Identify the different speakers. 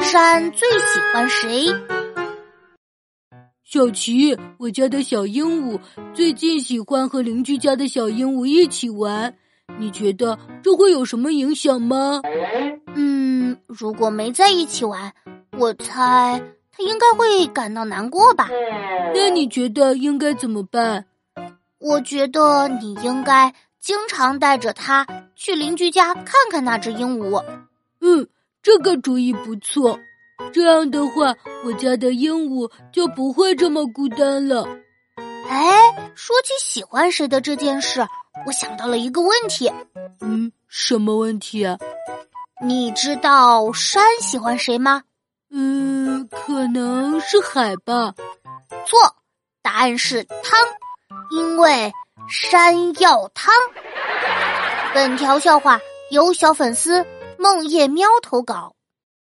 Speaker 1: 山最喜欢谁？
Speaker 2: 小琪，我家的小鹦鹉最近喜欢和邻居家的小鹦鹉一起玩，你觉得这会有什么影响吗？
Speaker 1: 嗯，如果没在一起玩，我猜他应该会感到难过吧。
Speaker 2: 那你觉得应该怎么办？
Speaker 1: 我觉得你应该经常带着它去邻居家看看那只鹦鹉。
Speaker 2: 嗯，这个主意不错。这样的话，我家的鹦鹉就不会这么孤单了。
Speaker 1: 哎，说起喜欢谁的这件事，我想到了一个问题。
Speaker 2: 嗯，什么问题啊？
Speaker 1: 你知道山喜欢谁吗？
Speaker 2: 嗯，可能是海吧。
Speaker 1: 错，答案是汤，因为山要汤。本条笑话由小粉丝梦夜喵投稿。